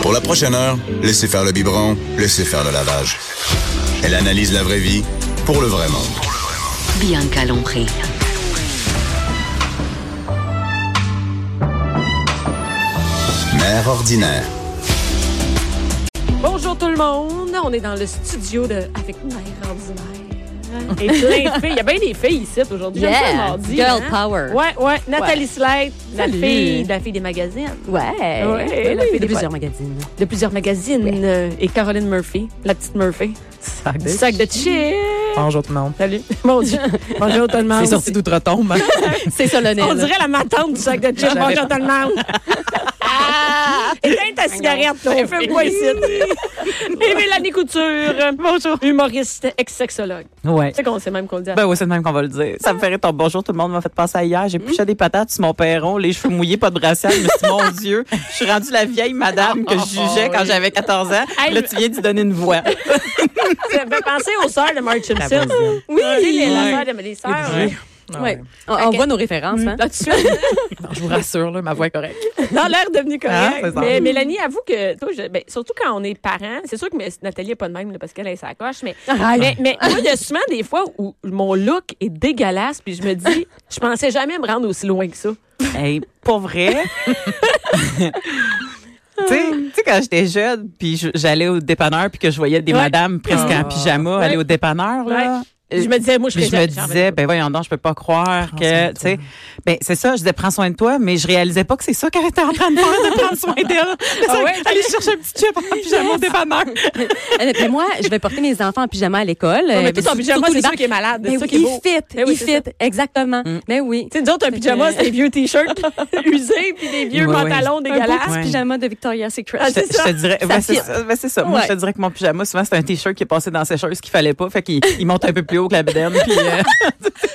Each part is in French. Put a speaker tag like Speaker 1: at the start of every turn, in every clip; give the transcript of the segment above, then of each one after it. Speaker 1: Pour la prochaine heure, laissez faire le biberon, laissez faire le lavage. Elle analyse la vraie vie pour le vrai monde.
Speaker 2: Bien calompré.
Speaker 1: Mère ordinaire.
Speaker 3: Bonjour tout le monde, on est dans le studio de avec Mère ordinaire. Et plein de filles. Il y a bien des filles ici aujourd'hui. J'aime ça le
Speaker 4: Yeah,
Speaker 3: mardi,
Speaker 4: girl
Speaker 3: hein?
Speaker 4: power.
Speaker 3: Ouais, ouais. Nathalie Slate, la
Speaker 4: Salut.
Speaker 3: fille, la fille des magazines.
Speaker 4: Ouais.
Speaker 3: Ouais,
Speaker 4: Elle
Speaker 3: oui,
Speaker 4: a fait
Speaker 3: de
Speaker 4: des
Speaker 3: plusieurs
Speaker 4: plusieurs magazines.
Speaker 3: De plusieurs magazines. euh, Et Caroline Murphy, la petite Murphy.
Speaker 5: Sac
Speaker 3: Du sac de chips.
Speaker 5: Bonjour tout le monde.
Speaker 3: Salut. Mon Dieu. Bonjour tout le monde.
Speaker 5: C'est sorti d'outre-tombe. hein?
Speaker 4: C'est solennel.
Speaker 3: On dirait la matante du sac de chips.
Speaker 5: J'avais-
Speaker 3: Bonjour tout le monde. Ah! Éteins ta cigarette, là. Fume-moi ici. Et Mélanie Couture. Bonjour. Humoriste, ex-sexologue.
Speaker 5: Ouais.
Speaker 3: Tu sais qu'on sait même qu'on le dit. à-
Speaker 5: Ben oui, c'est de même qu'on va le dire. Ça me ferait ton bonjour tout le monde m'a fait penser à hier. J'ai piché des patates sur mon perron, les cheveux mouillés, pas de brassière. Je me suis dit, mon Dieu, je suis rendue la vieille madame que je jugeais quand j'avais 14 ans.
Speaker 3: Hey,
Speaker 5: Là, tu viens d'y donner une voix.
Speaker 3: Ça me fait penser aux sœurs de
Speaker 4: Ah,
Speaker 3: Mark Simpson.
Speaker 5: voisine.
Speaker 3: Oui, les, la sœur de les sœurs.
Speaker 5: Ouais.
Speaker 3: hein.
Speaker 5: Ouais.
Speaker 4: On, on voit nos références.
Speaker 3: Là,
Speaker 4: Hein?
Speaker 3: Mm. Ah, tu suis
Speaker 5: Non, je vous rassure, là, ma voix est correcte.
Speaker 3: dans l'air devenu
Speaker 5: Ah,
Speaker 3: correct.
Speaker 5: c'est ça.
Speaker 3: mais Mélanie, avoue que, toi, je- ben, surtout quand on est parents, c'est sûr que mais, Nathalie n'est pas de même là, parce qu'elle est sacoche, mais,
Speaker 4: Ah,
Speaker 3: mais, mais moi, il y a souvent des fois où mon look est dégueulasse, puis je me dis, je pensais jamais me rendre aussi loin que ça.
Speaker 5: Hey, pour vrai. Tu sais, tu sais, quand j'étais jeune, puis je- j'allais au dépanneur, puis que je voyais des
Speaker 3: Ouais.
Speaker 5: madames presque en
Speaker 3: Ah.
Speaker 5: pyjama aller au dépanneur, là. Euh,
Speaker 3: Je me disais, moi, je
Speaker 5: Puis je me
Speaker 3: serais jamais-
Speaker 5: disais, ben voyons donc, je peux pas croire
Speaker 4: soin
Speaker 5: que,
Speaker 4: de
Speaker 5: tu sais, ben c'est ça, je disais, prends soin de toi, mais je réalisais pas que c'est ça qu'elle était en train de faire, de prendre soin d'elle.
Speaker 3: Ah ouais?
Speaker 5: Aller chercher un petit chip en pyjama au dépanneur.
Speaker 4: Euh, mais moi, je vais porter mes enfants en pyjama à l'école.
Speaker 3: Non, mais
Speaker 4: Euh,
Speaker 3: toi, ton
Speaker 4: sur-
Speaker 3: pyjama,
Speaker 4: surtout
Speaker 3: c'est
Speaker 4: l'hiver.
Speaker 3: ça qui est malade.
Speaker 4: Mais
Speaker 3: C'est
Speaker 4: oui,
Speaker 3: ça qui est beau.
Speaker 4: il fit,
Speaker 3: Eh oui,
Speaker 4: il
Speaker 3: c'est Mm.
Speaker 4: fit, exactement. Mais oui.
Speaker 3: Tu sais, nous autres, un pyjama, c'est des vieux t-shirts usés, puis des vieux
Speaker 5: Ouais, ouais.
Speaker 3: pantalons
Speaker 4: Un beau
Speaker 3: dégueulasses.
Speaker 4: petit
Speaker 5: Ouais.
Speaker 4: pyjama de Victoria's Secret.
Speaker 3: Ah,
Speaker 5: Je te,
Speaker 3: c'est ça.
Speaker 5: je te dirais,
Speaker 4: Ça
Speaker 5: ben, c'est
Speaker 4: fit.
Speaker 5: ça. ben, c'est ça. Moi,
Speaker 4: Ouais.
Speaker 5: je te dirais que mon pyjama, souvent, c'est un t-shirt qui est passé dans la sécheuse qu'il fallait pas. Fait qu'il il monte un peu plus haut que la bedaine. Puis, euh,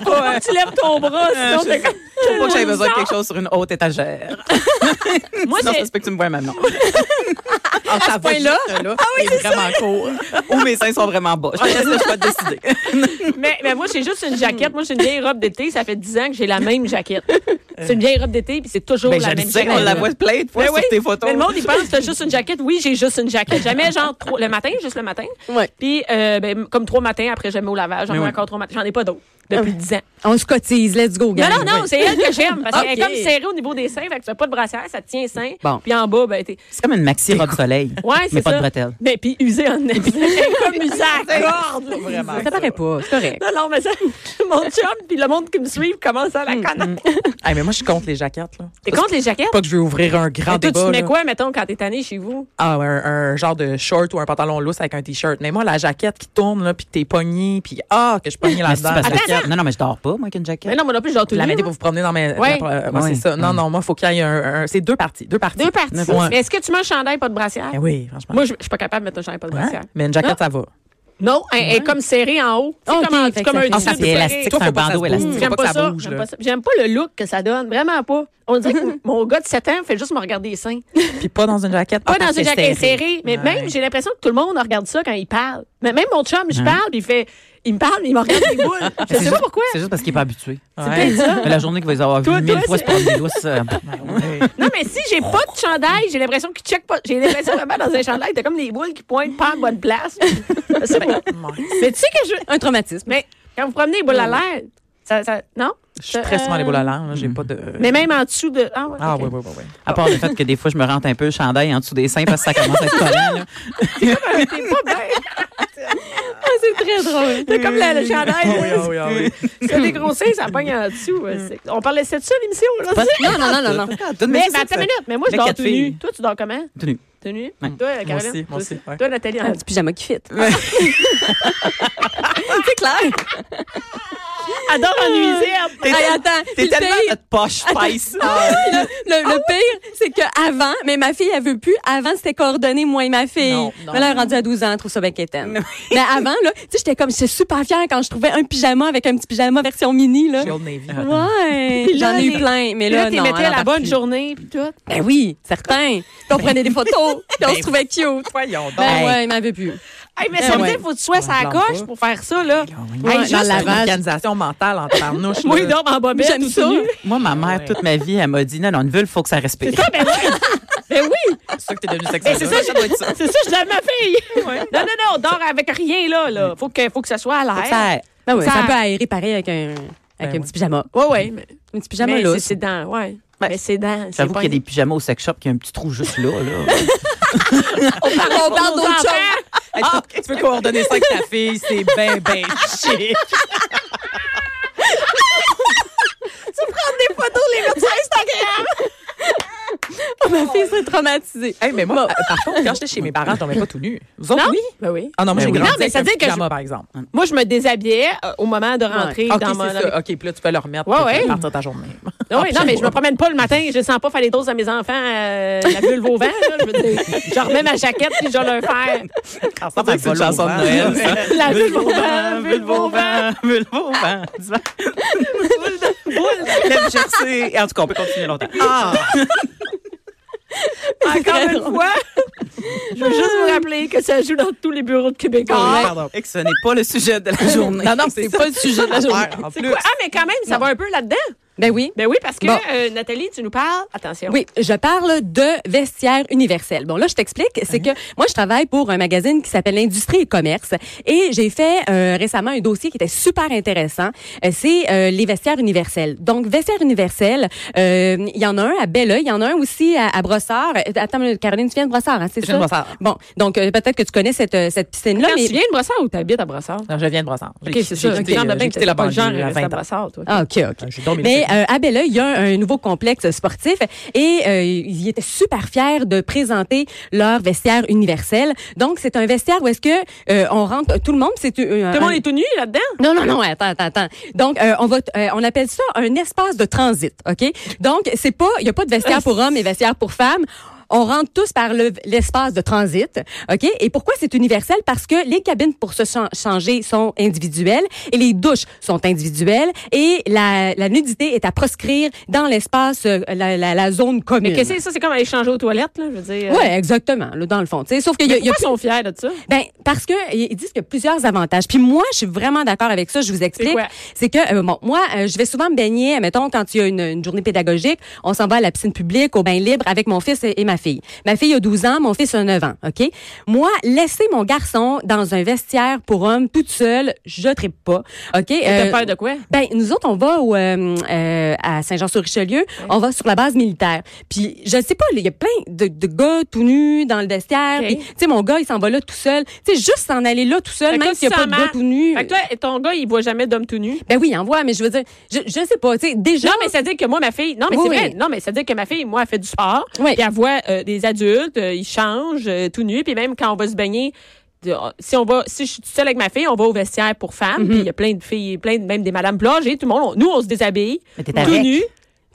Speaker 3: Pourquoi tu lèves ton bras? Sinon,
Speaker 5: je
Speaker 3: t'es comme-
Speaker 5: je sais pas que j'avais besoin de quelque chose sur une haute étagère.
Speaker 3: Moi,
Speaker 5: Sinon,
Speaker 3: j'ai-
Speaker 5: ça se peut que tu me vois maintenant. Ah, ça va
Speaker 3: point-là?
Speaker 5: juste là. Ah oui, c'est vraiment court. Ou mes seins sont vraiment bas.
Speaker 3: Ah
Speaker 5: Je te laisse le choix de décider.
Speaker 3: Mais, mais moi, j'ai juste une jaquette. Moi, j'ai une vieille robe d'été. Ça fait 10 ans que j'ai la même jaquette. C'est une vieille robe d'été, puis c'est toujours
Speaker 5: Euh. Ben,
Speaker 3: la
Speaker 5: je
Speaker 3: même
Speaker 5: le sais,
Speaker 3: jaquette.
Speaker 5: on la voit plein de fois
Speaker 3: Ben
Speaker 5: sur
Speaker 3: oui.
Speaker 5: tes photos.
Speaker 3: Mais le monde, il pense que t'as juste une jaquette. Oui, j'ai juste une jaquette. Jamais, genre, trois- le matin, juste le matin.
Speaker 4: Ouais.
Speaker 3: Puis, euh, ben, comme trois matins, après, jamais au lavage. J'en ai
Speaker 5: Mais oui.
Speaker 3: encore trois matins. J'en ai pas d'autres depuis
Speaker 4: Ah.
Speaker 3: 10 ans.
Speaker 4: On se cotise, let's go,
Speaker 3: Non,
Speaker 4: gang.
Speaker 3: non, non, c'est elle que j'aime. Parce qu'elle est
Speaker 4: Ok.
Speaker 3: comme serrée au niveau des seins. Fait que tu n'as pas de brassière, ça te tient sain.
Speaker 4: Bon.
Speaker 3: Puis en bas, ben, t'es.
Speaker 5: C'est comme une maxi robe soleil.
Speaker 3: Ouais, c'est ça.
Speaker 5: Mais pas de bretelles.
Speaker 3: Mais puis usée en Elle est comme usée à corde. là.
Speaker 5: Vraiment.
Speaker 4: Ça paraît pas, c'est correct.
Speaker 3: Non, non, mais ça, mon chum, puis le monde qui me suit commence à la connaître.
Speaker 5: Mm, Hey, mais moi, je compte les jaquettes. Là.
Speaker 3: T'es contre les jaquettes?
Speaker 5: Pas que je veux ouvrir un grand
Speaker 3: Mais toi,
Speaker 5: débat.
Speaker 3: tu mets
Speaker 5: là.
Speaker 3: quoi, mettons, quand t'es tanné chez vous?
Speaker 5: Ah, un, un genre de short ou un pantalon lousse avec un t-shirt. Mais moi, la jaquette qui tourne, là, puis que t'es pogné, puis ah, que je pogne là-dedans.
Speaker 6: Non, non, mais je dors pas, moi, qu'une jaquette.
Speaker 3: Mais Ben non, moi non plus, genre tout
Speaker 5: La
Speaker 3: nu,
Speaker 5: mettez
Speaker 3: moi.
Speaker 5: pour vous promener dans mes.
Speaker 3: Ouais.
Speaker 5: la- euh, moi, c'est
Speaker 6: Ouais.
Speaker 5: ça. Non,
Speaker 6: Mm.
Speaker 5: non, moi, faut qu'il y ait un. un- c'est deux parties. Deux parties.
Speaker 3: Deux parties.
Speaker 5: Ouais.
Speaker 3: Mais est-ce que tu mets un chandail, pas de brassière?
Speaker 5: Eh oui, franchement.
Speaker 3: Moi, je je suis pas capable de mettre un chandail, pas de
Speaker 5: Hein?
Speaker 3: brassière.
Speaker 5: Mais une jaquette, ça va.
Speaker 3: Non, elle elle est comme serrée en haut. C'est
Speaker 4: Ok,
Speaker 3: comme, en-
Speaker 4: fait que
Speaker 3: comme
Speaker 4: ça
Speaker 3: un
Speaker 4: fait- Ah,
Speaker 3: tissu
Speaker 4: ça,
Speaker 3: de
Speaker 4: c'est
Speaker 3: serré.
Speaker 6: élastique, c'est un bandeau élastique.
Speaker 5: Faut
Speaker 3: J'aime
Speaker 5: pas
Speaker 3: pas,
Speaker 5: que ça
Speaker 3: ça.
Speaker 5: bouge,
Speaker 3: j'aime
Speaker 5: là.
Speaker 3: pas ça. J'aime pas le look que ça donne. Vraiment pas. On dirait que mon gars de 7 ans fait juste me regarder les seins.
Speaker 5: Puis pas dans une jaquette.
Speaker 3: Pas
Speaker 5: Ah,
Speaker 3: dans
Speaker 5: parce
Speaker 3: une
Speaker 5: que
Speaker 3: jaquette
Speaker 5: serré.
Speaker 3: serrée. Mais
Speaker 5: Ouais. Hein?
Speaker 3: même, j'ai l'impression que tout le monde regarde ça quand il parle. Mais même mon chum, je parle, puis il fait. Il me parle, mais il me regarde les boules. Je
Speaker 6: C'est
Speaker 3: sais pas
Speaker 6: juste-
Speaker 3: pourquoi.
Speaker 6: C'est juste parce qu'il est pas habitué.
Speaker 5: Ouais.
Speaker 6: Mais la journée qu'il va les avoir
Speaker 3: Toi,
Speaker 6: vus mille
Speaker 3: toi,
Speaker 6: fois se
Speaker 3: c'est-
Speaker 6: promener douce. euh,
Speaker 3: Non, mais si j'ai pas de chandail, j'ai l'impression qu'il check pas. J'ai l'impression vraiment dans un chandail, t'as comme les boules qui pointent pas en bonne place. Je sais pas. mais tu sais que je.
Speaker 4: Un traumatisme.
Speaker 3: Mais quand vous promenez les boules à l'air, ça, ça- Non?
Speaker 5: Je suis très souvent les boules à l'air, là. J'ai pas de.
Speaker 3: Mm. Mais même en dessous de. Ah, ouais,
Speaker 5: Ah,
Speaker 3: ok.
Speaker 5: oui, oui, oui, oui.
Speaker 6: à part le fait que des fois, je me rentre un peu le chandail en dessous des seins parce que ça commence à être collant. là.
Speaker 3: T'es pas bien. Ah,
Speaker 4: C'est très drôle.
Speaker 3: T'es comme le, le chandail. là.
Speaker 5: oui, ah oui.
Speaker 3: Ça dégrossé, ça pogne en dessous. C'est- On parlait de cette seule émission, là.
Speaker 4: Non, non, non, non, non.
Speaker 5: Attends,
Speaker 3: Mais,
Speaker 5: c'est
Speaker 3: mais ben,
Speaker 5: ça,
Speaker 3: attends
Speaker 5: ça-
Speaker 3: une minute, mais moi, je
Speaker 5: Mais
Speaker 3: dors
Speaker 5: quatre
Speaker 3: tout
Speaker 5: filles.
Speaker 3: nu. Toi, tu dors comment?
Speaker 6: Tout nu.
Speaker 3: tenue.
Speaker 6: Ouais.
Speaker 3: Toi, Caroline?
Speaker 5: aussi, moi
Speaker 3: toi
Speaker 5: aussi, ouais.
Speaker 3: Toi, Nathalie, en
Speaker 4: Un petit pyjama qui fit. c'est clair.
Speaker 3: Adore en nuisière.
Speaker 5: T'es
Speaker 4: Hey,
Speaker 5: tel-
Speaker 4: attends,
Speaker 5: t'es
Speaker 4: puis le
Speaker 5: tellement
Speaker 4: pays-
Speaker 5: notre poche Spice.
Speaker 4: le, le- le pire, c'est qu'avant, mais ma fille, elle veut plus. Avant, c'était coordonné, moi et ma fille.
Speaker 5: Non, non.
Speaker 4: Mais là, elle est rendue à 12 ans, elle trouve ça bien quétaine. mais avant, là, tu sais, j'étais comme, j'étais super fière quand je trouvais un pyjama avec un petit pyjama version mini, là. Ouais,
Speaker 3: Puis là,
Speaker 4: j'en ai eu
Speaker 3: les-
Speaker 4: plein, mais
Speaker 3: Puis
Speaker 4: là,
Speaker 3: là, t'es
Speaker 4: non.
Speaker 3: mettais
Speaker 4: elle
Speaker 3: à
Speaker 4: en
Speaker 3: la
Speaker 4: parle
Speaker 3: bonne
Speaker 4: plus.
Speaker 3: journée, puis tout.
Speaker 4: Ben oui, certain. Puis on prenait des photos, puis on se trouvait cute.
Speaker 5: Voyons donc.
Speaker 4: Ben
Speaker 6: Hey.
Speaker 4: ouais, il m'avait plus.
Speaker 3: Hey, mais
Speaker 4: Eh
Speaker 3: ça veut
Speaker 4: ouais.
Speaker 3: dire qu'il faut que tu sois sa
Speaker 5: blâme
Speaker 3: coche
Speaker 5: pas.
Speaker 3: pour faire ça, là.
Speaker 4: Ouais,
Speaker 3: Hey,
Speaker 4: dans
Speaker 3: juste
Speaker 4: le
Speaker 3: la
Speaker 4: lavage.
Speaker 5: Organisation mentale en tarnouche.
Speaker 3: Oui,
Speaker 5: là.
Speaker 3: donc, en bobette,
Speaker 4: J'aime
Speaker 3: tout
Speaker 4: ça.
Speaker 3: nu.
Speaker 6: Moi, ma mère,
Speaker 5: ouais.
Speaker 6: toute ma vie, elle m'a dit non, non, une vulve, faut que ça respire.
Speaker 3: Ça, ben oui. ben oui.
Speaker 5: C'est ça que t'es devenu
Speaker 3: Ben,
Speaker 5: sexuelle.
Speaker 3: c'est ça, je- c'est ça, je donne ma fille. Non, non, non, on dort avec rien, là. là. Faut, que, faut que ça soit à l'air.
Speaker 4: Ça, ben ouais,
Speaker 3: Ça-
Speaker 4: ça, peut aérer pareil avec un, avec un
Speaker 5: ouais.
Speaker 4: petit pyjama.
Speaker 3: Oui, oui. Mais,
Speaker 4: Un petit pyjama
Speaker 3: mais
Speaker 4: là.
Speaker 3: c'est- c'est dans, ouais.
Speaker 6: Ben,
Speaker 3: mais c'est dans. c'est
Speaker 6: J'avoue
Speaker 3: pas
Speaker 6: qu'il y a
Speaker 3: une-
Speaker 6: des pyjamas au sex shop qui a un petit trou juste là. là.
Speaker 4: On parle
Speaker 3: Nos
Speaker 4: d'autre chose.
Speaker 3: enfants,
Speaker 5: Hey, tu- Tu veux coordonner ça avec ta fille, c'est ben, ben chic.
Speaker 3: Des photos, les mettre sur Instagram.
Speaker 4: Ma fille s'est traumatisée.
Speaker 5: Hey, mais moi, euh, par contre, quand j'étais chez mes parents, je dormais pas tout nu. Vous
Speaker 6: Oh,
Speaker 5: autres,
Speaker 3: Non?
Speaker 5: oui?
Speaker 3: Ben oui.
Speaker 5: Ah non, moi,
Speaker 6: Ben oui.
Speaker 5: j'ai grandi
Speaker 3: Non, mais
Speaker 5: avec
Speaker 3: ça
Speaker 5: un
Speaker 3: veut dire que
Speaker 5: pyjama,
Speaker 3: je-
Speaker 5: par exemple.
Speaker 3: Moi, je me déshabillais euh, au moment de rentrer
Speaker 5: OK,
Speaker 3: dans
Speaker 5: c'est
Speaker 3: mon...
Speaker 5: ça. OK, puis là, tu peux le remettre
Speaker 3: Ouais,
Speaker 5: pour
Speaker 3: ouais.
Speaker 5: partir ta journée.
Speaker 3: Non, oui, non, mais je me promène pas le matin. Je sens pas faire les doses à mes enfants euh, la vulve au vent. Là, je veux dire, je remets ma jaquette puis je vais leur faire.
Speaker 5: Ça ressemble à
Speaker 6: C'est une chanson de Noël, ça.
Speaker 3: La vulve au vent, vulve au vent.
Speaker 6: vulve au vent. Dis-moi. Lève jersey. En tout cas, on peut continuer longtemps.
Speaker 5: Ah!
Speaker 3: Encore une fois, je veux juste vous rappeler que ça joue dans tous les bureaux de Québécois.
Speaker 5: Ah, Pardon.
Speaker 6: Et que ce n'est pas le sujet de la journée.
Speaker 5: Non, non, c'est pas le sujet de la journée. En
Speaker 3: C'est
Speaker 5: plus.
Speaker 3: quoi? Ah, mais quand même, ça va un peu là-dedans.
Speaker 4: Ben oui.
Speaker 3: Ben oui, parce que,
Speaker 4: Bon.
Speaker 3: euh, Nathalie, tu nous parles. Attention.
Speaker 4: Oui, je parle de vestiaire universel. Bon, là, je t'explique. C'est
Speaker 5: Mhm.
Speaker 4: que moi, je travaille pour un magazine qui s'appelle Industrie et Commerce et j'ai fait euh, récemment un dossier qui était super intéressant. Euh, c'est euh, les vestiaires universels. Donc, vestiaire universel, euh, il y en a un à Belleuil, il y en a un aussi à, à Brossard. Euh, Attends, mais Caroline, tu viens de Brossard, hein, c'est
Speaker 5: Je
Speaker 4: ça?
Speaker 5: viens de Brossard.
Speaker 4: Bon, donc euh, peut-être que tu connais cette, euh, cette piscine-là.
Speaker 3: Attends,
Speaker 4: mais-
Speaker 3: tu viens de Brossard ou t'habites à Brossard?
Speaker 5: Non, je viens de Brossard.
Speaker 3: OK,
Speaker 5: J'ai-
Speaker 3: c'est
Speaker 5: j'ai
Speaker 3: ça.
Speaker 5: quitté- euh,
Speaker 3: Genre de
Speaker 5: J'ai
Speaker 3: bain,
Speaker 5: quitté la
Speaker 3: t'as pas le
Speaker 5: banlieue
Speaker 3: genre
Speaker 5: à
Speaker 3: à rester à
Speaker 5: 20 ans.
Speaker 3: Brossard, toi.
Speaker 4: Ah, OK, OK.
Speaker 5: J'ai dormi
Speaker 4: Mais
Speaker 5: là-dessus.
Speaker 4: euh, à Belleuil, il y a un, un nouveau complexe sportif et euh, ils étaient super fiers de présenter leur vestiaire universel. Donc, c'est un vestiaire où est-ce que euh, on rentre tout le monde. C'est euh,
Speaker 3: Tout le
Speaker 4: un-
Speaker 3: monde est tout nu là-dedans?
Speaker 4: non, non, non, attends, attends, attends. Donc, euh, on va, t- euh, on appelle ça un espace de transit, ok Donc, c'est pas, il y a pas de vestiaire pour hommes et vestiaire pour femmes. On rentre tous par le- l'espace de transit, ok Et pourquoi c'est universel Parce que les cabines pour se chan- changer sont individuelles et les douches sont individuelles et la, la nudité est à proscrire dans l'espace, euh, la, la- la zone commune.
Speaker 3: Mais qu'est-ce que c'est ça? C'est comme aller changer aux toilettes, là, je veux dire. euh,
Speaker 4: Ouais, exactement. Là, dans le fond, tu sais. Sauf qu'il y a, il y a
Speaker 3: Pourquoi
Speaker 4: plus-
Speaker 3: ils sont fiers de ça?
Speaker 4: ben parce que ils disent qu'il y a plusieurs avantages. Puis moi, je suis vraiment d'accord avec ça. Je vous
Speaker 3: C'est
Speaker 4: explique.
Speaker 3: quoi?
Speaker 4: C'est que euh, bon, moi, euh, je vais souvent me baigner. Mettons quand il y a une, une journée pédagogique, on s'en va à la piscine publique, au bain libre avec mon fils et, et ma fille. Ma fille a 12 ans, mon fils a 9 ans. Ok. Moi, laisser mon garçon dans un vestiaire pour homme toute seule, je tripe pas. Ok.
Speaker 3: T'as
Speaker 4: Euh,
Speaker 3: peur de quoi?
Speaker 4: ben, nous autres, on va au, euh, euh, à Saint-Jean-sur-Richelieu, on va sur la base militaire. Puis, je sais pas, il y a plein de, de gars tout nus dans le vestiaire.
Speaker 3: Ok.
Speaker 4: Puis, tu sais, mon gars, il s'en va là tout seul. Tu sais, juste s'en aller là tout seul,
Speaker 3: Fait que
Speaker 4: même
Speaker 3: toi,
Speaker 4: s'il n'y a
Speaker 3: tu
Speaker 4: pas
Speaker 3: sens
Speaker 4: de gars
Speaker 3: mal.
Speaker 4: tout nu.
Speaker 3: Fait que toi, ton gars, il voit jamais d'homme tout nu.
Speaker 4: Ben oui, il en voit, mais je veux dire, je, je sais pas, tu sais, déjà.
Speaker 3: Non, mais ça veut dire que moi, ma fille. Non, mais
Speaker 4: Oui.
Speaker 3: c'est vrai. Non, mais ça veut dire que ma fille, moi, elle fait du sport.
Speaker 4: Oui.
Speaker 3: Puis elle voit euh, des adultes, euh, ils changent euh, tout nu. Puis même quand on va se baigner, de- euh, si on va, si je suis toute seule avec ma fille, on va au vestiaire pour femmes. Puis il y a plein de filles, plein de, même des madames plongées, tout le monde. on- nous, on se déshabille.
Speaker 6: Mais t'es
Speaker 3: tout
Speaker 6: avec.
Speaker 3: nu.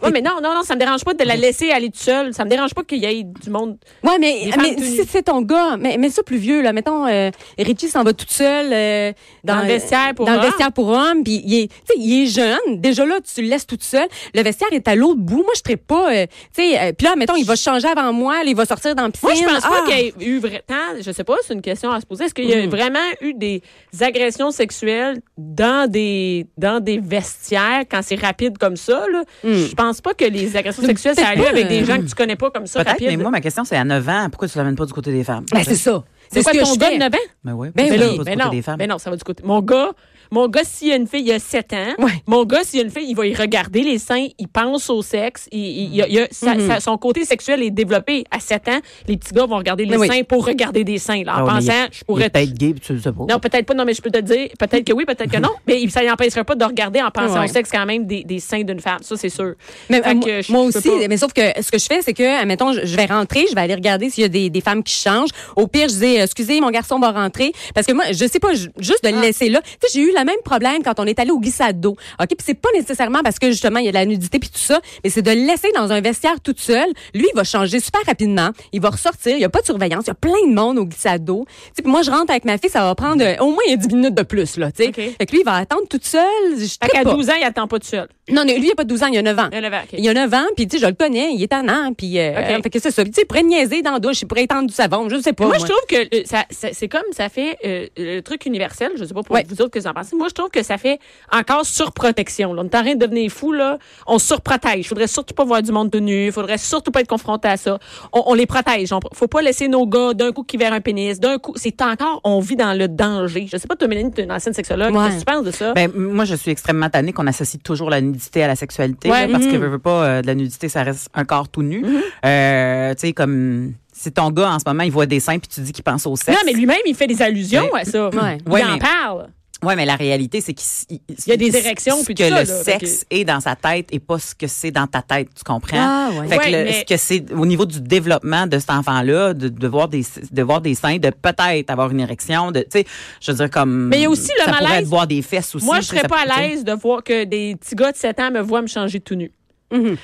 Speaker 3: Oui, mais non, non, non, ça me dérange pas de la laisser aller toute seule. Ça me dérange pas qu'il y ait du monde.
Speaker 4: Ouais, mais,
Speaker 3: Des femmes
Speaker 4: mais
Speaker 3: tout
Speaker 4: si
Speaker 3: nues.
Speaker 4: c'est ton gars, mais, mais ça plus vieux, là, mettons, euh, Richie s'en va toute seule euh,
Speaker 3: Dans le vestiaire pour
Speaker 4: dans
Speaker 3: homme.
Speaker 4: le vestiaire pour homme, puis il est, tu sais, il est jeune, déjà là, tu le laisses toute seule. Le vestiaire est à l'autre bout, moi je ne pas, euh, tu sais, euh, puis là, mettons, il va changer avant moi, là, il va sortir dans la piscine.
Speaker 3: Moi, je pense
Speaker 4: Ah! Mm.
Speaker 3: pas qu'il y ait eu vrai- tant, je sais pas, c'est une question à se poser. Est-ce qu'il y a vraiment eu des agressions sexuelles dans des, dans des vestiaires quand c'est rapide comme ça, là? Je pense pas que les agressions sexuelles, ça a lieu
Speaker 4: Mm. pas,
Speaker 3: avec des
Speaker 4: euh,
Speaker 3: gens que tu connais pas comme ça,
Speaker 6: Peut-être,
Speaker 3: rapide.
Speaker 6: mais moi, ma question, c'est à 9 ans, pourquoi tu ne l'amènes pas du côté des femmes?
Speaker 4: Ben, c'est ça.
Speaker 3: c'est
Speaker 4: C'est ce
Speaker 3: quoi
Speaker 4: que
Speaker 3: ton
Speaker 4: je
Speaker 3: gars
Speaker 4: fais.
Speaker 3: de 9 ans?
Speaker 6: Mais oui,
Speaker 4: Ben
Speaker 6: pourquoi tu l'amènes pas
Speaker 4: oui,
Speaker 6: du
Speaker 3: Mais
Speaker 6: côté
Speaker 3: non,
Speaker 6: des femmes?
Speaker 3: mais non, ça va du côté. Mon gars, Mon gars, s'il y a une fille, il a 7 ans.
Speaker 4: Ouais.
Speaker 3: Mon gars, s'il y a une fille, il va y regarder les seins, il pense au sexe. il- il- il- il a- sa- sa- son côté sexuel est développé à 7 ans. Les petits gars vont regarder les
Speaker 4: Mais oui.
Speaker 3: seins pour regarder des seins. là, en
Speaker 6: Ah ouais, mais il-
Speaker 3: pensant, je
Speaker 6: il est
Speaker 3: pourrais...
Speaker 6: peut-être gay, puis tu le sais pas.
Speaker 3: Non, peut-être pas. Non, mais je peux te dire, peut-être que oui, peut-être que non. Mais il- ça n'empêcherait pas de regarder en pensant
Speaker 4: Ouais.
Speaker 3: au sexe quand même des, des seins d'une femme. Ça, c'est sûr.
Speaker 4: Mais,
Speaker 3: Fait
Speaker 4: euh,
Speaker 3: que
Speaker 4: moi,
Speaker 3: je-
Speaker 4: moi
Speaker 3: je peux
Speaker 4: aussi,
Speaker 3: pas.
Speaker 4: mais sauf que ce que je fais, c'est que, mettons, je, je vais rentrer, je vais aller regarder s'il y a des, des femmes qui changent. Au pire, je dis, euh, excusez, mon garçon va rentrer. Parce que moi, je sais pas, je- juste de
Speaker 3: Ah.
Speaker 4: le laisser là. Tu sais, j'ai eu le même problème quand on est allé au glissade d'eau. OK? Puis c'est pas nécessairement parce que, justement, il y a de la nudité puis tout ça, mais c'est de le laisser dans un vestiaire toute seule. Lui, il va changer super rapidement. Il va ressortir. Il y a pas de surveillance. Il y a plein de monde au glissade d'eau. Tu sais, puis moi, je rentre avec ma fille, ça va prendre euh, au moins 10 minutes de plus, là, tu sais.
Speaker 3: OK.
Speaker 4: Fait que lui, il va attendre toute seule. Je
Speaker 3: Fait
Speaker 4: trippe
Speaker 3: qu'à
Speaker 4: pas.
Speaker 3: 12 ans, il attend pas tout seul.
Speaker 4: Non, non, lui, il a pas 12 ans, il a 9 ans.
Speaker 3: Il a 9 ans, ok.
Speaker 4: Il a 9 ans, puis tu sais, je le connais, il est en an, puis euh,
Speaker 3: Ok.
Speaker 4: euh, fait que c'est ça. Puis, tu sais, il pourrait niaiser dans la douche, il pourrait étendre du savon, je sais pas.
Speaker 3: Moi, je trouve que euh, ça, ça- c'est comme ça fait euh, le truc universel. Je sais pas pour
Speaker 4: Ouais.
Speaker 3: vous autres que vous en pensez. Moi, je trouve que ça fait encore surprotection. là. On est en train de devenir fou là. On se surprotège. Faudrait surtout pas voir du monde de nu. Faudrait surtout pas être confronté à ça. On, on les protège. On, faut pas laisser nos gars d'un coup qui verrent un pénis. D'un coup, c'est encore. On vit dans le danger. Je sais pas, toi, Mélanie, t'es une ancienne sexologue.
Speaker 4: Ouais.
Speaker 3: Qu'est-ce que tu penses de ça
Speaker 6: Ben, moi, je suis extrêmement tannée qu'on associe toujours la nudité à la sexualité.
Speaker 3: Ouais. mm-hmm.
Speaker 6: là, parce que, veux, veux pas, euh, de la nudité, ça reste un corps tout nu. Euh, tu sais, comme si ton gars, en ce moment, il voit des seins puis tu dis qu'il pense au sexe.
Speaker 3: non, mais lui-même, il fait des allusions à ça.
Speaker 4: ben, Ouais.
Speaker 3: Il
Speaker 6: Ouais,
Speaker 3: en
Speaker 6: mais-
Speaker 3: parle.
Speaker 6: Ouais, mais la réalité, c'est qu'il il-
Speaker 3: y a des érections,
Speaker 6: ce
Speaker 3: puis
Speaker 6: que
Speaker 3: tout ça,
Speaker 6: le
Speaker 3: là, fait
Speaker 6: sexe est dans sa tête et pas ce que c'est dans ta tête, tu comprends
Speaker 4: Ah, ouais.
Speaker 6: Fait que,
Speaker 3: Ouais,
Speaker 6: le-
Speaker 3: mais-
Speaker 6: ce que c'est au niveau du développement de cet enfant-là, de, de voir des de voir des seins, de peut-être avoir une érection, de tu sais, je veux dire comme.
Speaker 3: Mais il y a aussi le
Speaker 6: ça pourrait
Speaker 3: malaise.
Speaker 6: être voir des fesses aussi.
Speaker 3: Moi,
Speaker 6: tu
Speaker 3: je
Speaker 6: sais,
Speaker 3: serais
Speaker 6: ça-
Speaker 3: pas
Speaker 6: tu sais.
Speaker 3: à l'aise de voir que des petits gars de 7 ans me voient me changer tout nu.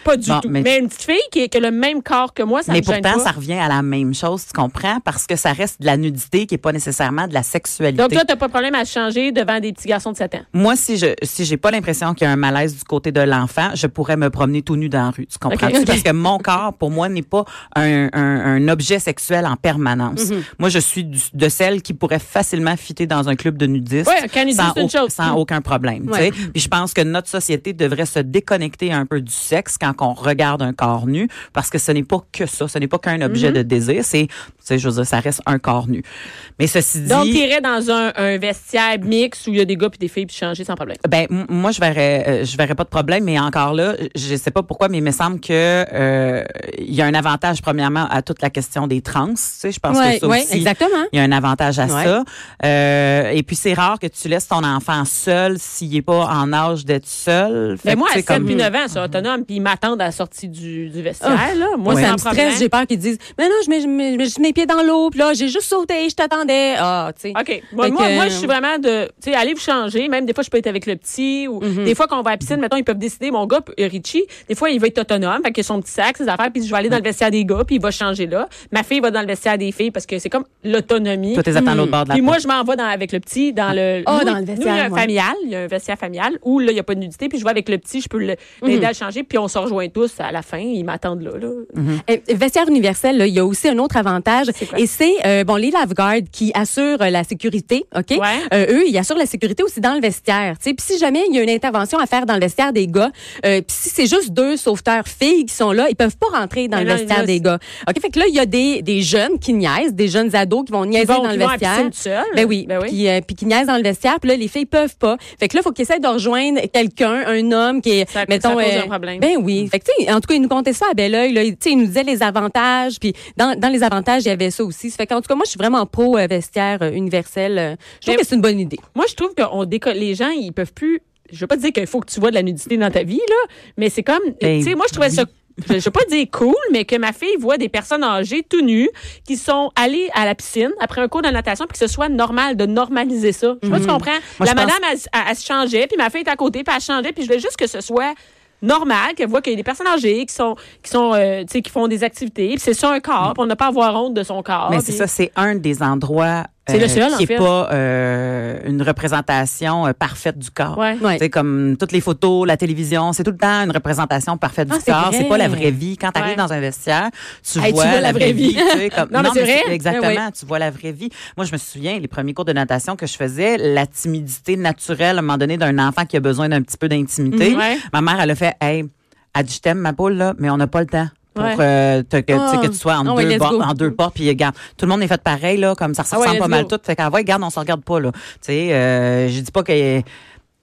Speaker 3: Pas du
Speaker 6: Bon,
Speaker 3: tout. Mais...
Speaker 6: mais-
Speaker 3: une petite fille qui, qui a le même corps que moi, ça
Speaker 6: mais
Speaker 3: me gêne
Speaker 6: pourtant,
Speaker 3: pas.
Speaker 6: ça revient à la même chose, tu comprends? Parce que ça reste de la nudité qui est pas nécessairement de la sexualité.
Speaker 3: Donc, toi, t'as pas de problème à changer devant des petits garçons de 7 ans.
Speaker 6: Moi, si je si j'ai pas l'impression qu'il y a un malaise du côté de l'enfant, je pourrais me promener tout nu dans la rue. Tu comprends
Speaker 3: Ok, ok.
Speaker 6: Parce que mon corps, pour moi, n'est pas un, un, un objet sexuel en permanence.
Speaker 3: Mhm.
Speaker 6: Moi, je suis du- de celle qui pourrait facilement fitter dans un club de nudistes
Speaker 3: Ouais, qu'un nudiste,
Speaker 6: sans,
Speaker 3: c'est une Mhm. chose.
Speaker 6: sans aucun problème. tu
Speaker 4: Ouais.
Speaker 6: sais. Puis je pense que notre société devrait se déconnecter un peu du sexe quand on regarde un corps nu, parce que ce n'est pas que ça, ce n'est pas qu'un
Speaker 3: Mhm.
Speaker 6: objet de désir. C'est, tu sais, je veux dire, ça reste un corps nu. Mais ceci dit,
Speaker 3: Donc, t'irais dans un, un vestiaire mix où il y a des gars puis des filles puis changer sans problème.
Speaker 6: Ben m- moi je verrais euh, je verrais pas de problème mais encore là je sais pas pourquoi mais il me semble que euh, il y a un avantage premièrement à toute la question des trans, tu sais je pense
Speaker 4: Ouais,
Speaker 6: que ça
Speaker 4: ouais,
Speaker 6: aussi,
Speaker 4: exactement.
Speaker 6: Il y a un avantage à
Speaker 4: Ouais.
Speaker 6: ça. Euh, et puis c'est rare que tu laisses ton enfant seul s'il est pas en âge d'être seul. Fait
Speaker 3: Mais
Speaker 6: que,
Speaker 3: moi,
Speaker 6: tu
Speaker 3: à
Speaker 6: sais,
Speaker 3: 7 puis 9 ans, c'est autonome puis ils m'attendent à la sortie du, du
Speaker 6: Ah.
Speaker 3: vestiaire, là. Moi,
Speaker 4: Ah. ça
Speaker 3: sans
Speaker 4: me
Speaker 3: problème.
Speaker 4: stresse, j'ai peur qu'ils disent Mais non, je mets, je mets- je mets juste mes pieds dans l'eau, puis là, j'ai juste sauté, je t'attendais. Ah, tu sais.
Speaker 3: OK. Moi,
Speaker 4: Fait
Speaker 3: moi,
Speaker 4: que-
Speaker 3: moi, je suis vraiment de. Tu sais, allez vous changer. Même des fois, je peux être avec le petit. ou Des fois, quand on va à la piscine, mettons, ils peuvent décider. Mon gars, euh, Richie, des fois, il va être autonome. Fait qu'il a son petit sac, ses affaires. Puis je vais aller dans le vestiaire des gars. Puis il va changer là. Ma fille va dans le vestiaire des filles parce que c'est comme l'autonomie.
Speaker 6: Toi, t'es à l'autre bord de la
Speaker 3: Puis moi,
Speaker 6: porte.
Speaker 3: je m'en vais dans, avec le petit dans le.
Speaker 4: Ah,
Speaker 3: nous,
Speaker 4: dans le
Speaker 3: nous,
Speaker 4: vestiaire,
Speaker 3: il y a un
Speaker 4: ouais.
Speaker 3: familial. Il y a un vestiaire familial où là, il n'y a pas de nudité. Puis je vais avec le petit. Je peux le- l'aider à le changer. Puis on se rejoint tous à la fin. Ils m'attendent là. là.
Speaker 4: Euh, Vestiaire universel, là, il y a aussi un autre avantage
Speaker 3: quoi?
Speaker 4: et c'est euh, bon les lave-gardes qui assurent euh, la sécurité, ok
Speaker 3: Ouais.
Speaker 4: Euh, Eux, ils assurent la sécurité aussi dans le vestiaire. Tu sais, puis si jamais il y a une intervention à faire dans le vestiaire des gars, euh, puis si c'est juste deux sauveteurs filles qui sont là, ils peuvent pas rentrer dans
Speaker 3: Mais
Speaker 4: le
Speaker 3: là,
Speaker 4: vestiaire
Speaker 3: là,
Speaker 4: des gars. Ok, fait que là il y a des, des jeunes qui niaisent, des jeunes ados qui vont niaiser
Speaker 3: vont-
Speaker 4: dans
Speaker 3: qui
Speaker 4: le
Speaker 3: vont à la
Speaker 4: vestiaire.
Speaker 3: piscine tout seuls.
Speaker 4: Ben oui.
Speaker 3: Ben oui.
Speaker 4: Puis puis, euh, puis qui niaisent dans le vestiaire. Puis là, les filles peuvent pas. Fait que là, faut qu'ils essayent de rejoindre quelqu'un, un homme qui est,
Speaker 3: Ça- ça
Speaker 4: mettons,
Speaker 3: pose un problème. Mm.
Speaker 4: Ben oui. Fait que, tu sais, en tout cas, ils nous comptaient ça à bel oeil. Là. Ils- Tu sais, ils nous disaient les avantages. Puis dans, dans les avantages, il y avait ça aussi. Ça fait qu'en tout cas, moi, je suis vraiment pro euh, vestiaire euh, universel. Euh, Je trouve
Speaker 3: Mais-
Speaker 4: que c'est une bonne idée.
Speaker 3: Moi, je trouve que on déco- les gens, ils peuvent plus. Je veux pas dire qu'il faut que tu vois de la nudité dans ta vie, là, mais c'est comme.
Speaker 6: Ben,
Speaker 3: tu sais, moi, je trouvais ça. Je je veux pas dire cool, mais que ma fille voit des personnes âgées tout nues qui sont allées à la piscine après un cours de natation, puis que ce soit normal de normaliser ça. Je sais pas si tu comprends.
Speaker 6: Mhm.
Speaker 3: la
Speaker 6: Moi, je pense-
Speaker 3: madame, elle, s- elle- elle se changeait, puis ma fille est à côté, puis elle changeait, puis je voulais juste que ce soit normal qu'elle voit qu'il y a des personnes âgées qui sont qui sont euh, tu sais qui font des activités puis c'est ça un corps puis on n'a pas à avoir honte de son corps
Speaker 6: Mais c'est
Speaker 3: puis-
Speaker 6: ça, c'est un des endroits
Speaker 3: C'est le seul, en
Speaker 6: qui
Speaker 3: fait.
Speaker 6: n'est pas euh, une représentation euh, parfaite du corps.
Speaker 3: Ouais.
Speaker 4: Ouais.
Speaker 6: C'est comme toutes les photos, la télévision, c'est tout le temps une représentation parfaite du
Speaker 4: Ah, c'est
Speaker 6: corps.
Speaker 4: vrai.
Speaker 6: C'est pas la vraie vie. Quand tu arrives
Speaker 3: Ouais.
Speaker 6: dans un vestiaire, tu,
Speaker 3: Hey,
Speaker 6: vois, la vraie vie. tu sais, comme-
Speaker 3: Non, mais c'est vrai.
Speaker 6: Exactement,
Speaker 4: Eh oui.
Speaker 6: tu vois la vraie vie. Moi, je me souviens, les premiers cours de natation que je faisais, la timidité naturelle, à un moment donné, d'un enfant qui a besoin d'un petit peu d'intimité.
Speaker 3: Mhm. Ouais.
Speaker 6: Ma mère, elle a fait, hey, elle dit, je t'aime, ma poule, là, mais on n'a pas le temps. pour
Speaker 3: Ouais.
Speaker 6: euh, te- que, tu sais,
Speaker 4: Ah.
Speaker 6: que tu sois en,
Speaker 4: Ah ouais,
Speaker 6: deux,
Speaker 4: let's
Speaker 6: bords-
Speaker 4: go.
Speaker 6: en deux portes. Puis, regarde, tout le monde est fait pareil, là, comme ça
Speaker 4: ouais,
Speaker 6: ressemble
Speaker 4: let's
Speaker 6: pas mal
Speaker 4: go.
Speaker 6: tout. Fait qu'en vrai, regarde, on se regarde pas, là. Tu sais, euh, je dis pas que. Tu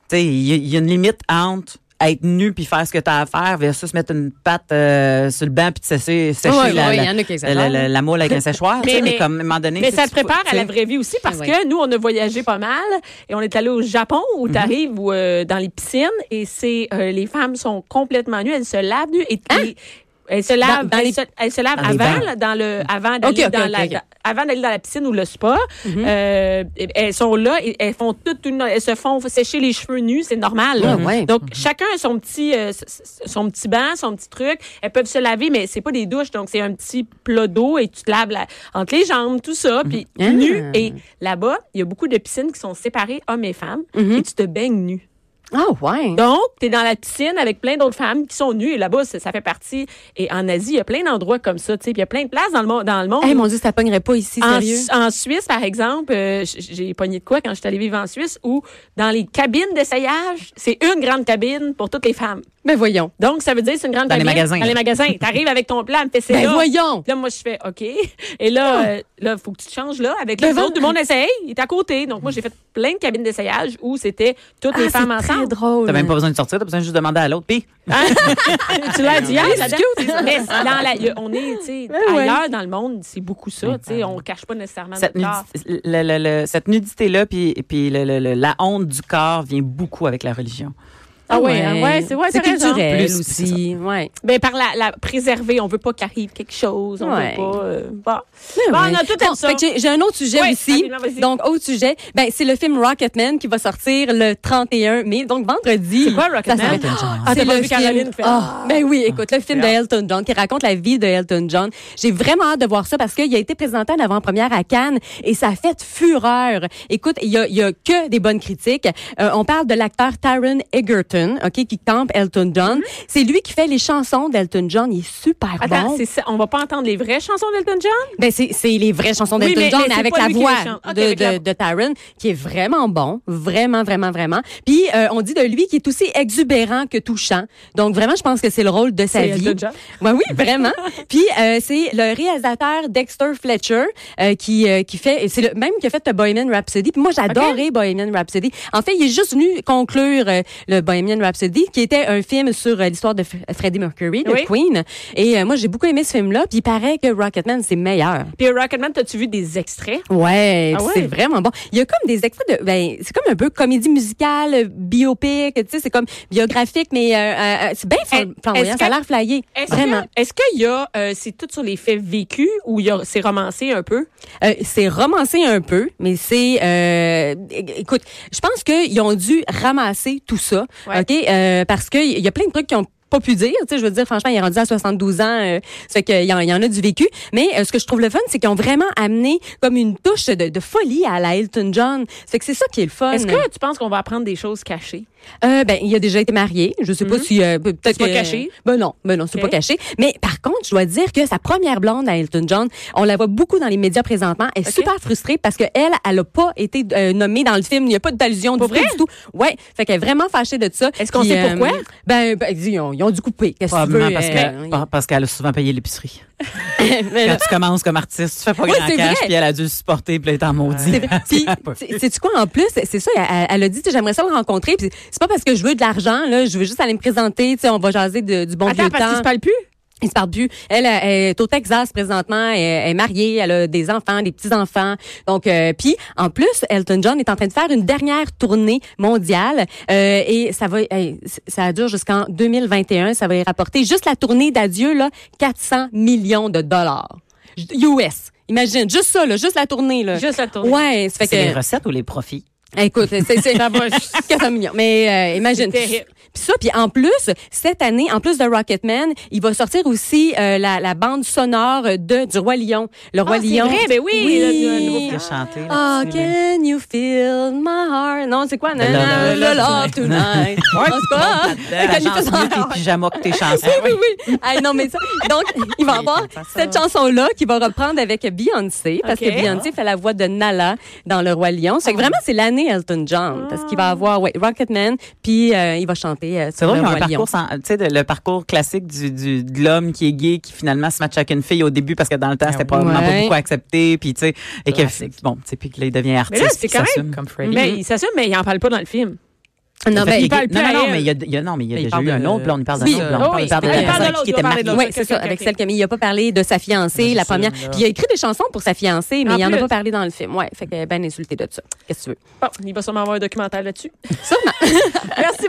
Speaker 6: sais, il y, a- il y a une limite entre être nu puis faire ce que tu as à faire versus mettre une patte euh, sur le banc puis te sécher, sécher
Speaker 4: Ouais,
Speaker 6: la,
Speaker 4: ouais,
Speaker 6: la-
Speaker 4: il y en a qui
Speaker 6: la,
Speaker 4: exagèrent.
Speaker 6: la- la- la moule avec un séchoir. tu sais,
Speaker 3: Mais-
Speaker 6: mais,
Speaker 3: mais-
Speaker 6: comme à un moment donné.
Speaker 3: Mais
Speaker 6: tu sais,
Speaker 3: ça te
Speaker 6: tu peux-
Speaker 3: prépare
Speaker 6: tu
Speaker 3: à
Speaker 6: sais.
Speaker 3: la vraie vie aussi parce
Speaker 4: Ah Ouais. Mm-hmm.
Speaker 3: que nous, on a voyagé pas mal et on est allé au Japon où tu arrives dans les piscines et c'est euh, les femmes sont complètement nues, elles se lavent nues et, et elles se lavent,
Speaker 4: Hein? dans
Speaker 3: elles
Speaker 4: les-
Speaker 3: se, elles se lavent
Speaker 6: Dans les
Speaker 3: avant
Speaker 6: bains.
Speaker 3: là, dans le avant d'aller
Speaker 4: ok,
Speaker 3: dans
Speaker 4: ok,
Speaker 3: la
Speaker 4: ok.
Speaker 3: avant d'aller dans la piscine ou le spa.
Speaker 4: Mhm.
Speaker 3: Euh, et- elles sont là et elles font toutes une- elles se font sécher les cheveux nus, c'est normal. là.
Speaker 4: Ah, ouais.
Speaker 3: Donc chacun a son petit euh, s- s- son petit banc, son petit truc. Elles peuvent se laver mais c'est pas des douches donc c'est un petit plat d'eau et tu te laves la- entre les jambes tout ça puis
Speaker 4: Ah.
Speaker 3: nu et là-bas, il y a beaucoup de piscines qui sont séparées hommes et femmes
Speaker 4: Mhm.
Speaker 3: et tu te baignes nu.
Speaker 4: Ah, ouais.
Speaker 3: Donc, tu es dans la piscine avec plein d'autres femmes qui sont nues et là-bas ça, ça fait partie et en Asie, il y a plein d'endroits comme ça, tu sais, puis il y a plein de places dans le monde dans le monde.
Speaker 4: Eh
Speaker 3: où-
Speaker 4: mon Dieu, ça pognerait pas ici,
Speaker 3: en,
Speaker 4: sérieux.
Speaker 3: Su- en Suisse, par exemple, euh, j- j'ai pogné de quoi quand je suis allée vivre en Suisse, où dans les cabines d'essayage, c'est une grande cabine pour toutes les femmes.
Speaker 4: Ben voyons.
Speaker 3: Donc, ça veut dire que c'est une grande
Speaker 6: Dans les
Speaker 3: cabine.
Speaker 6: magasins.
Speaker 3: Dans les magasins. T'arrives avec ton plan, me fais c'est
Speaker 4: Ben
Speaker 3: là.
Speaker 4: voyons. Ah!
Speaker 3: Là, moi, je fais OK. Et là, euh, là, faut que tu te changes là. Avec
Speaker 4: Ben
Speaker 3: les
Speaker 4: voyons.
Speaker 3: autres, tout le monde essaye. Il est à côté. Donc, moi, j'ai fait plein de cabines d'essayage où c'était toutes
Speaker 4: Ah,
Speaker 3: les femmes
Speaker 4: c'est très
Speaker 3: ensemble.
Speaker 4: drôle.
Speaker 6: T'as même pas besoin de sortir, t'as besoin juste de demander à l'autre. Puis,
Speaker 3: tu l'as dit hier, la dame. Mais c'est dans la- y a- on est, tu sais,
Speaker 4: Ben ouais.
Speaker 3: ailleurs dans le monde, c'est beaucoup ça. Tu sais, on cache pas nécessairement
Speaker 6: cette,
Speaker 3: notre corps.
Speaker 6: nudi- le- le- le- cette nudité-là, puis, puis le- le- le- la honte du corps vient beaucoup avec la religion.
Speaker 3: Ah ouais, ah ouais, c'est- ouais,
Speaker 4: c'est
Speaker 3: t'as raison.
Speaker 4: culturel
Speaker 6: Plus,
Speaker 4: aussi. Ouais.
Speaker 3: Ben, par la, la préserver, on veut pas qu'il arrive quelque chose, on
Speaker 4: Ouais.
Speaker 3: veut pas. euh, bon.
Speaker 4: Ouais,
Speaker 3: Bon,
Speaker 4: ouais.
Speaker 3: on a tout
Speaker 4: Bon,
Speaker 3: aimé ça.
Speaker 4: fait que j'ai- J'ai un autre sujet
Speaker 3: Ouais,
Speaker 4: aussi.
Speaker 3: rapidement, vas-y.
Speaker 4: Donc, autre sujet, ben, c'est le film Rocketman qui va sortir le 31 mai, donc vendredi. C'est
Speaker 3: quoi, Rocketman? Ah, t'as
Speaker 4: c'est
Speaker 3: pas
Speaker 4: le
Speaker 3: vu Caroline
Speaker 4: film.
Speaker 3: faire?
Speaker 4: Ah, ben oui, écoute, le film de Elton John qui raconte la vie de Elton John. J'ai vraiment hâte de voir ça parce qu'il a été présenté en avant-première à Cannes et ça a fait fureur. Écoute, il y a, il y a que des bonnes critiques. Euh, on parle de l'acteur Taron Egerton, ok, qui campe Elton John. C'est lui qui fait les chansons d'Elton John. Il est super
Speaker 3: Mm-hmm. Attends,
Speaker 4: Ah, bon.
Speaker 3: c'est ça, on va pas entendre les vraies chansons d'Elton John?
Speaker 4: Ben, c'est c'est les vraies chansons
Speaker 3: Oui,
Speaker 4: d'Elton
Speaker 3: mais-
Speaker 4: John,
Speaker 3: mais
Speaker 4: mais
Speaker 3: c'est
Speaker 4: avec
Speaker 3: pas
Speaker 4: la
Speaker 3: lui qui
Speaker 4: voix
Speaker 3: les chante.
Speaker 4: de,
Speaker 3: Ok, avec
Speaker 4: de,
Speaker 3: la-
Speaker 4: de Taron, qui est vraiment bon, vraiment, vraiment, vraiment. Puis, euh, on dit de lui qu'il est aussi exubérant que touchant. Donc, vraiment, je pense que c'est le rôle de sa
Speaker 3: C'est
Speaker 4: vie.
Speaker 3: Elton John.
Speaker 4: Ouais, oui, vraiment. Puis, euh, c'est le réalisateur Dexter Fletcher euh, qui, euh, qui fait, c'est le même qui a fait le Bohemian Rhapsody. Puis moi, j'adorais Bohemian Rhapsody. En fait, il est juste venu conclure euh, le Bohemian Rhapsody, qui était un film sur euh, l'histoire de F- Freddie Mercury, de
Speaker 3: Oui.
Speaker 4: Queen. Et euh, moi, j'ai beaucoup aimé ce film-là. Puis il paraît que Rocketman, c'est meilleur.
Speaker 3: Puis Rocketman, t'as-tu vu des extraits?
Speaker 4: Ouais,
Speaker 3: Ah
Speaker 4: puis
Speaker 3: ouais?
Speaker 4: c'est vraiment bon. Il y a comme des extraits de, ben, c'est comme un peu comédie musicale, euh, biopic, tu sais, c'est comme biographique, mais euh, euh, euh, c'est bien flam-
Speaker 3: Est-
Speaker 4: flamboyant,
Speaker 3: est-ce
Speaker 4: ça a
Speaker 3: que-
Speaker 4: l'air flyé,
Speaker 3: Est-ce
Speaker 4: vraiment.
Speaker 3: que- Est-ce qu'il y a, euh, c'est tout sur les faits vécus ou il y a- c'est romancé un peu?
Speaker 4: Euh, c'est romancé un peu, mais c'est, euh, é- écoute, je pense qu'ils ont dû ramasser tout ça,
Speaker 3: Ouais.
Speaker 4: ok, euh, parce que il y a plein de trucs qui ont pas pu dire, tu sais, je veux dire, franchement, il est rendu à 72 ans, euh, ça fait qu'il y, en- il y en a du vécu, mais euh, ce que je trouve le fun, c'est qu'ils ont vraiment amené comme une touche de, de folie à la Elton John, ça fait que c'est ça qui est le fun.
Speaker 3: Est-ce que tu penses qu'on va apprendre des choses cachées?
Speaker 4: Euh, ben, il a déjà été marié. Je sais pas si euh, peut-être
Speaker 3: Mhm. C'est pas
Speaker 4: que-
Speaker 3: caché?
Speaker 4: Ben non, ben non, c'est
Speaker 3: Ok.
Speaker 4: pas caché. Mais par contre, je dois dire que sa première blonde à Elton John, on la voit beaucoup dans les médias présentement. Elle est
Speaker 3: Ok.
Speaker 4: super frustrée parce que elle, elle a pas été euh, nommée dans le film. Il n'y a pas d'allusion du
Speaker 3: Pour
Speaker 4: tout,
Speaker 3: vrai?
Speaker 4: du tout. Ouais, fait qu'elle est vraiment fâchée de ça.
Speaker 3: Est-ce qu'on
Speaker 4: Puis,
Speaker 3: sait pourquoi?
Speaker 4: Ben, ben, ils, ont, ils ont dû couper. Qu'est-ce que tu veux
Speaker 6: Probablement parce
Speaker 4: euh,
Speaker 6: que- par- parce qu'elle a souvent payé l'épicerie.
Speaker 4: ils- mais
Speaker 6: Quand
Speaker 4: là,
Speaker 6: tu commences comme artiste, tu fais pas
Speaker 4: Ouais,
Speaker 6: grand
Speaker 4: c'est
Speaker 6: cash,
Speaker 4: vrai.
Speaker 6: puis elle a dû le supporter, puis elle est en maudit.
Speaker 4: C'est vrai. Puis, c'est tu quoi en plus C'est ça, elle, elle a dit, tu sais, j'aimerais ça le rencontrer. Puis c'est pas parce que je veux de l'argent là, je veux juste aller me présenter. Tu sais, on va jaser de- du bon vieux
Speaker 3: Attends, parce qu'ils
Speaker 4: temps.
Speaker 3: se parlent plus?
Speaker 4: Ils se parlent plus. Elle, elle est au Texas présentement. Elle, elle est mariée. Elle a des enfants, des petits enfants. Donc, euh, puis en plus, Elton John est en train de faire une dernière tournée mondiale euh, et ça va, hey, ça dure jusqu'en 2021. Ça va y rapporter juste la tournée d'adieu là 400 millions de dollars US. Imagine, juste ça, là, juste la tournée. Là.
Speaker 3: Juste la tournée.
Speaker 4: Euh, Ouais, ça fait
Speaker 6: C'est les
Speaker 4: que.
Speaker 6: recettes ou les profits?
Speaker 4: Écoute, c'est c'est que ça mignon. Mais euh, imagine.
Speaker 3: C'est terrible.
Speaker 4: Puis ça, puis en plus, cette année, en plus de Rocketman, il va sortir aussi euh, la, la bande sonore de du roi Lion. Le roi
Speaker 3: Ah, c'est
Speaker 4: Lion.
Speaker 3: vrai, ben oui, le- le nouveau
Speaker 6: Il a chanté.
Speaker 4: Oh,
Speaker 6: là-dessus, là.
Speaker 4: can you feel my heart? Non, c'est quoi? Na, na,
Speaker 6: love.
Speaker 4: le love tonight. En tout cas,
Speaker 6: La
Speaker 4: can you
Speaker 6: chanson,
Speaker 4: feel-
Speaker 6: tes pyjamas que tes chansons.
Speaker 4: Ah, oui, oui. Ah, non, mais ça, donc, il va avoir cette chanson-là qu'il va reprendre avec Beyoncé, parce
Speaker 3: Ok. Ah.
Speaker 4: que Beyoncé fait la voix de Nala dans Le Roi Lion. C'est que vraiment, c'est l'année tourner Elton John parce qu'il va avoir ouais, Rocketman, puis euh, il va chanter. euh,
Speaker 6: C'est
Speaker 4: sur
Speaker 6: vrai, il y a
Speaker 4: le
Speaker 6: un
Speaker 4: Roi Lion.
Speaker 6: parcours, sans- tu sais, de- le parcours classique du, du- de l'homme qui est gay, qui finalement se matche avec une fille au début parce que dans le temps, c'était probablement
Speaker 4: Ouais.
Speaker 6: pas beaucoup accepté, puis tu sais, et que,
Speaker 7: Classique.
Speaker 6: bon, tu sais, puis que là, il devient artiste.
Speaker 3: là, c'est
Speaker 6: puis
Speaker 3: quand
Speaker 6: il s'assume.
Speaker 7: Comme Freddy.
Speaker 3: Mais il s'assume, mais il n'en parle pas dans le film.
Speaker 4: Non,
Speaker 6: Fait
Speaker 4: ben,
Speaker 6: qu'il
Speaker 4: il
Speaker 6: est gay.
Speaker 3: parle plus à
Speaker 6: non, non,
Speaker 3: elle.
Speaker 6: mais il y a, il y a- non, mais il y a
Speaker 7: Il
Speaker 6: déjà
Speaker 7: parle
Speaker 6: eu
Speaker 7: de-
Speaker 6: un autre blonde, il parle d'un
Speaker 4: Oui.
Speaker 6: autre blonde,
Speaker 3: Oh,
Speaker 6: il parle de
Speaker 3: il
Speaker 6: la
Speaker 3: parle de
Speaker 6: personne
Speaker 3: l'autre, il
Speaker 6: qui était
Speaker 3: va parler de
Speaker 6: mariée.
Speaker 3: l'autre. Ok,
Speaker 4: Oui, c'est
Speaker 3: ok,
Speaker 4: ça,
Speaker 3: ok,
Speaker 4: avec
Speaker 3: ok.
Speaker 4: celle qu'il y a. Il a pas parlé de sa fiancée,
Speaker 7: Ouais,
Speaker 6: Ah,
Speaker 4: la
Speaker 7: c'est ça,
Speaker 4: première.
Speaker 7: là.
Speaker 4: Puis il a écrit des chansons pour sa fiancée, mais
Speaker 3: En
Speaker 4: il en a
Speaker 3: plus.
Speaker 4: pas parlé dans le film. Ouais, fait que ben insulté de ça. Qu'est-ce que tu veux?
Speaker 3: Bon, il va sûrement avoir un documentaire là-dessus.
Speaker 4: Sûrement.
Speaker 3: Merci